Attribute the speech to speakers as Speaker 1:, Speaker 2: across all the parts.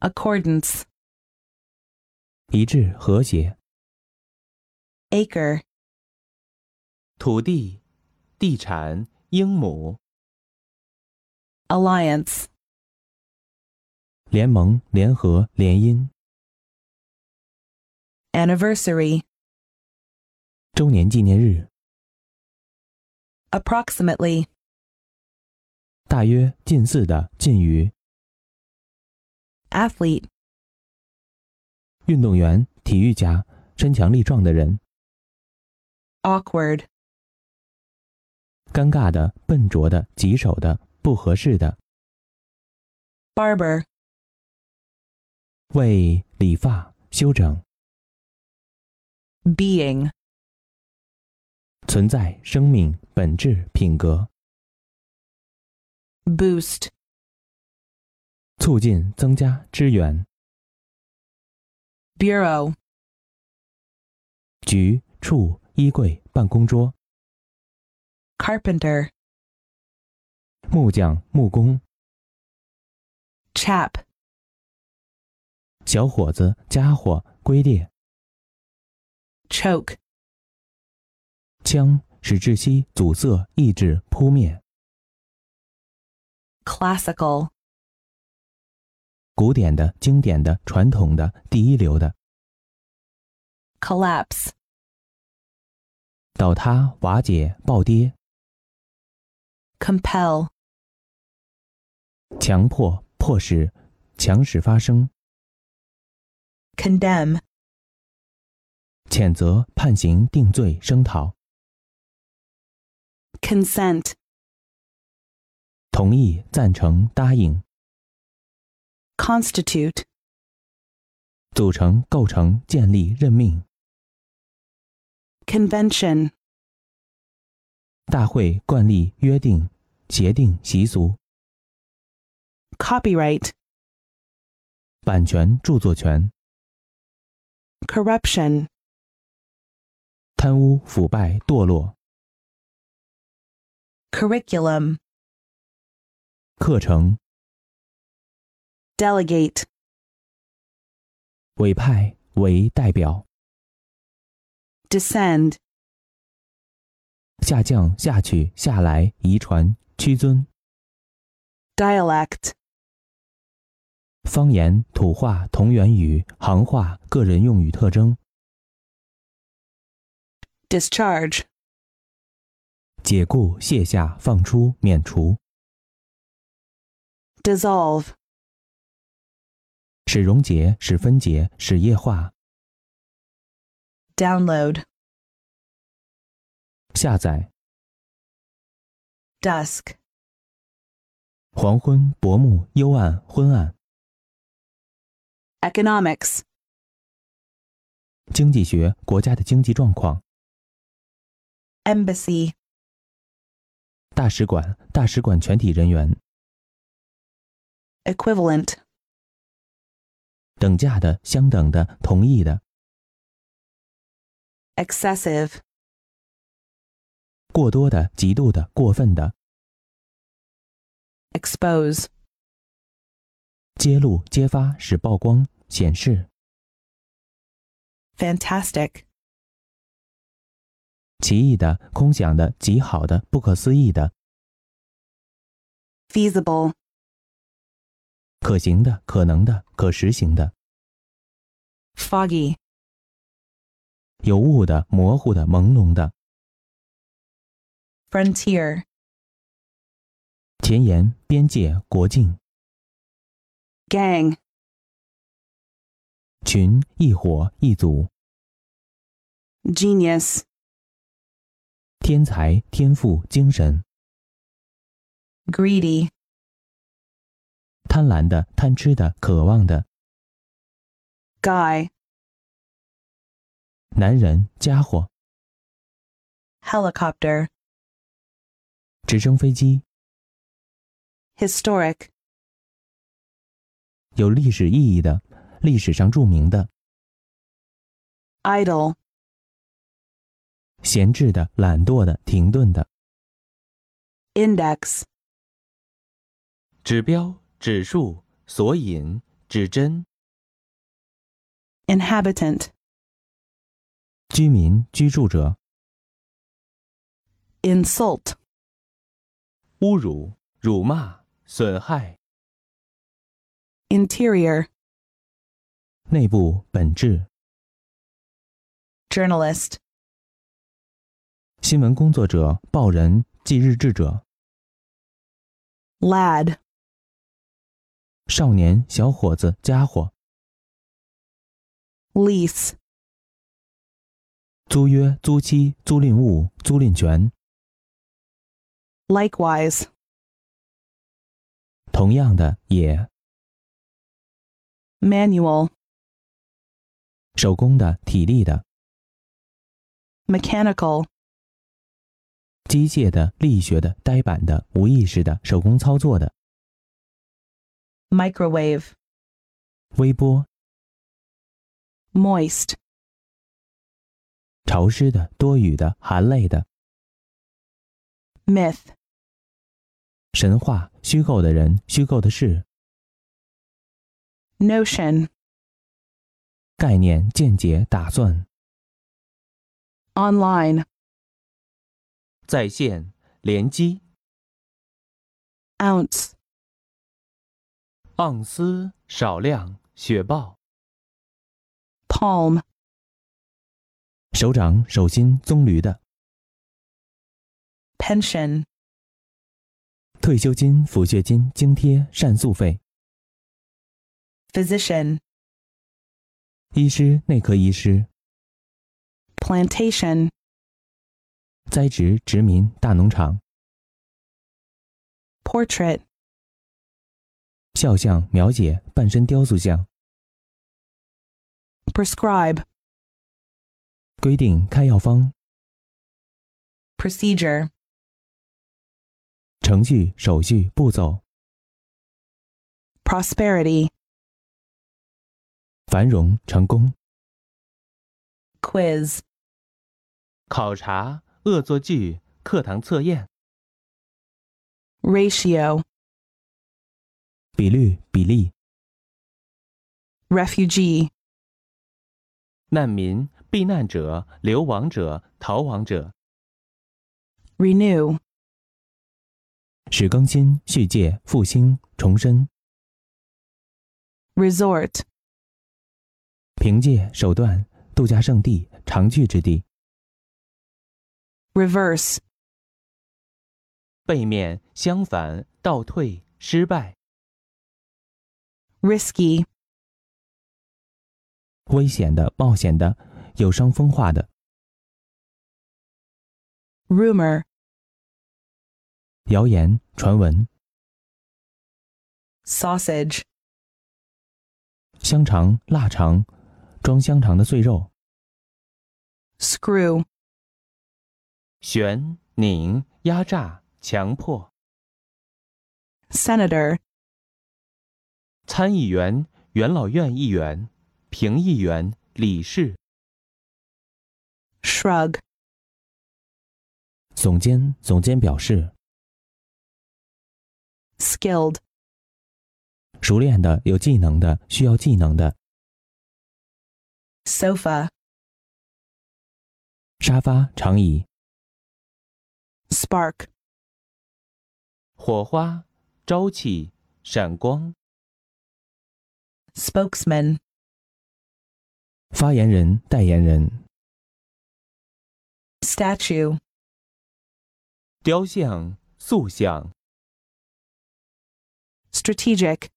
Speaker 1: accordance,
Speaker 2: 一致和谐。
Speaker 1: acre,
Speaker 2: 土地、地产、英亩、
Speaker 1: alliance,
Speaker 2: 联盟、联合、联姻、
Speaker 1: anniversary,
Speaker 2: 周年纪念日、
Speaker 1: approximately,
Speaker 2: 大约、近似的、近于、
Speaker 1: athlete,
Speaker 2: 运动员、体育家、身强力壮的人、
Speaker 1: awkward,
Speaker 2: 尴尬的、笨拙的、棘手的、不合适的、
Speaker 1: barber,
Speaker 2: 为理发、修整、
Speaker 1: being,
Speaker 2: 存在、生命、本质、品格、
Speaker 1: boost,
Speaker 2: 促进、增加、支援、
Speaker 1: bureau,
Speaker 2: 局、处、衣柜、办公桌、
Speaker 1: carpenter,
Speaker 2: 木匠、木工、
Speaker 1: chap,
Speaker 2: 小伙子、家伙、龟裂、
Speaker 1: choke,
Speaker 2: 枪，使窒息、阻塞、抑制、扑灭。
Speaker 1: classical,
Speaker 2: 古典的、经典的、传统的、第一流的，
Speaker 1: collapse,
Speaker 2: 倒塌、瓦解、暴跌、
Speaker 1: compel,
Speaker 2: 强迫、迫使、强使发生、
Speaker 1: condemn,
Speaker 2: 谴责、判刑、定罪、声讨、
Speaker 1: consent,
Speaker 2: 同意、赞成、答应、
Speaker 1: constitute,
Speaker 2: 组成、构成、建立、任命、
Speaker 1: convention,
Speaker 2: 大会、惯例、约定、协定、习俗、
Speaker 1: copyright,
Speaker 2: 版权、著作权、
Speaker 1: corruption,
Speaker 2: 贪污、腐败、堕落、
Speaker 1: curriculum,
Speaker 2: 课程、
Speaker 1: delegate,
Speaker 2: 委派为代表、
Speaker 1: descend,
Speaker 2: 下降、下去、下来、遗传、屈尊、
Speaker 1: dialect,
Speaker 2: 方言、土话、同源语、行话、个人用语特征、
Speaker 1: discharge,
Speaker 2: 解雇、卸下、放出、免除，
Speaker 1: dissolve,
Speaker 2: 使溶解、使分解、使液化、
Speaker 1: download,
Speaker 2: 下载、
Speaker 1: dusk,
Speaker 2: 黄昏、薄暮、幽暗、昏暗、
Speaker 1: economics,
Speaker 2: 经济学、国家的经济状况、
Speaker 1: embassy,
Speaker 2: 大使馆、大使馆全体人员、
Speaker 1: equivalent,
Speaker 2: 等价的、相等的、同意的、
Speaker 1: excessive,
Speaker 2: 过多的、极度的、过分的、
Speaker 1: expose,
Speaker 2: 揭露、揭发、使曝光、显示、
Speaker 1: fantastic,
Speaker 2: 奇异的、空想的、极好的、不可思议的、
Speaker 1: feasible,
Speaker 2: 可行的、可能的、可实行的、
Speaker 1: foggy,
Speaker 2: 有雾的、模糊的、朦胧的、
Speaker 1: frontier,
Speaker 2: 前沿、边界、国境、
Speaker 1: gang,
Speaker 2: 群、一伙、一组、
Speaker 1: genius,
Speaker 2: 天才、天赋、精神、
Speaker 1: greedy,
Speaker 2: 贪婪的、贪吃的、渴望的、
Speaker 1: guy,
Speaker 2: 男人、家伙、
Speaker 1: helicopter,
Speaker 2: 直升飞机、
Speaker 1: historic,
Speaker 2: 有历史意义的、历史上著名的、
Speaker 1: idle,
Speaker 2: 闲置的、懒惰的、停顿的、
Speaker 1: index,
Speaker 2: 指标、指数、索引、指针、
Speaker 1: inhabitant,
Speaker 2: 居民、居住者、
Speaker 1: insult,
Speaker 2: 侮辱、辱骂、损害、
Speaker 1: interior,
Speaker 2: 内部本质、
Speaker 1: journalist,
Speaker 2: 新闻工作者、报人、记日志者、
Speaker 1: lad,
Speaker 2: 少年、小伙子、家伙、
Speaker 1: lease,
Speaker 2: 租约、租期、租赁物、租赁权、
Speaker 1: likewise,
Speaker 2: 同样的也、
Speaker 1: manual,
Speaker 2: 手工的、体力的、
Speaker 1: mechanical,
Speaker 2: 机械的、力学的、呆板的、无意识的、手工操作的、
Speaker 1: microwave,
Speaker 2: 微波、
Speaker 1: moist,
Speaker 2: 潮湿的、多雨的、含泪的、
Speaker 1: myth,
Speaker 2: 神话、虚构的人、虚构的事、
Speaker 1: notion,
Speaker 2: 概念、见解、打算、
Speaker 1: online,
Speaker 2: 在线、联机、
Speaker 1: ounce,
Speaker 2: 盎司、少量、雪豹、
Speaker 1: palm,
Speaker 2: 手掌、手心、棕榈的、
Speaker 1: pension,
Speaker 2: 退休金、抚恤金、津贴、膳宿费、
Speaker 1: physician,
Speaker 2: 医师、内科医师、
Speaker 1: plantation,
Speaker 2: 栽植、殖民、大农场、
Speaker 1: portrait,
Speaker 2: 肖像、描写、半身雕塑像、
Speaker 1: prescribe,
Speaker 2: 规定、开药方、
Speaker 1: procedure,
Speaker 2: 程序、手续、步骤、
Speaker 1: prosperity,
Speaker 2: 繁荣、成功、
Speaker 1: quiz,
Speaker 2: 考察、恶作剧、课堂测验、
Speaker 1: ratio,
Speaker 2: 比率、比例、
Speaker 1: refugee,
Speaker 2: 难民、避难者、流亡者、逃亡者、
Speaker 1: renew,
Speaker 2: 使更新、续借、复兴、重申、
Speaker 1: resort,
Speaker 2: 凭借、手段、度假胜地、常去之地、
Speaker 1: reverse,
Speaker 2: 背面、相反、倒退、失败、
Speaker 1: risky,
Speaker 2: 危险的、冒险的、有伤风化的、
Speaker 1: rumor,
Speaker 2: 谣言、传闻、
Speaker 1: sausage,
Speaker 2: 香肠、腊肠、装香肠的碎肉、
Speaker 1: screw,
Speaker 2: 旋、拧、压榨、强迫、
Speaker 1: senator,
Speaker 2: 参议员、元老院议员、评议员、理事、
Speaker 1: shrug,
Speaker 2: 总监、总监表示，
Speaker 1: skilled,
Speaker 2: 熟练的、有技能的、需要技能的、
Speaker 1: sofa,
Speaker 2: 沙发、长椅、
Speaker 1: spark,
Speaker 2: 火花、朝气、闪光、
Speaker 1: spokesman,
Speaker 2: 发言人、代言人、
Speaker 1: statue,
Speaker 2: 雕像、塑像、
Speaker 1: strategic,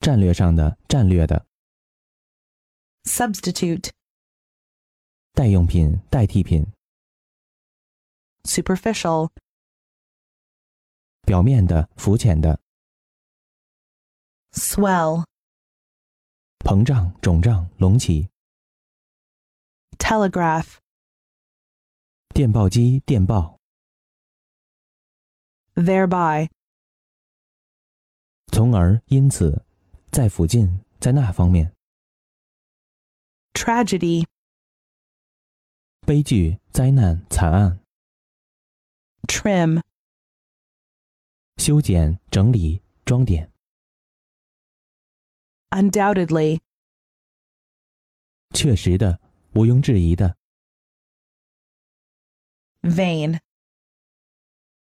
Speaker 2: 战略上的、战略的、
Speaker 1: substitute,
Speaker 2: 代用品、代替品、
Speaker 1: superficial,
Speaker 2: 表面的、浮浅的、
Speaker 1: swell,
Speaker 2: 膨胀、肿胀、隆起。
Speaker 1: telegraph,
Speaker 2: 电报机、电报，
Speaker 1: thereby,
Speaker 2: 从而因此，在附近，在那方面，
Speaker 1: tragedy,
Speaker 2: 悲剧、灾难、惨案，
Speaker 1: trim,
Speaker 2: 修剪、整理、装点，
Speaker 1: undoubtedly,
Speaker 2: 确实的，毋庸置疑的，
Speaker 1: vain,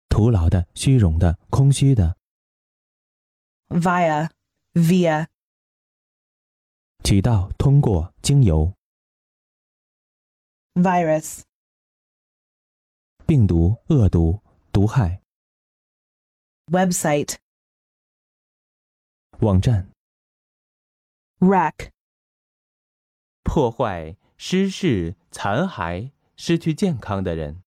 Speaker 2: 徒劳的、虚荣的、空虚的，
Speaker 1: via, via,
Speaker 2: 渠道通过经由
Speaker 1: virus,
Speaker 2: 病毒、恶毒、毒害
Speaker 1: website,
Speaker 2: 网站
Speaker 1: wreck,
Speaker 2: 破坏、失事、残骸、失去健康的人。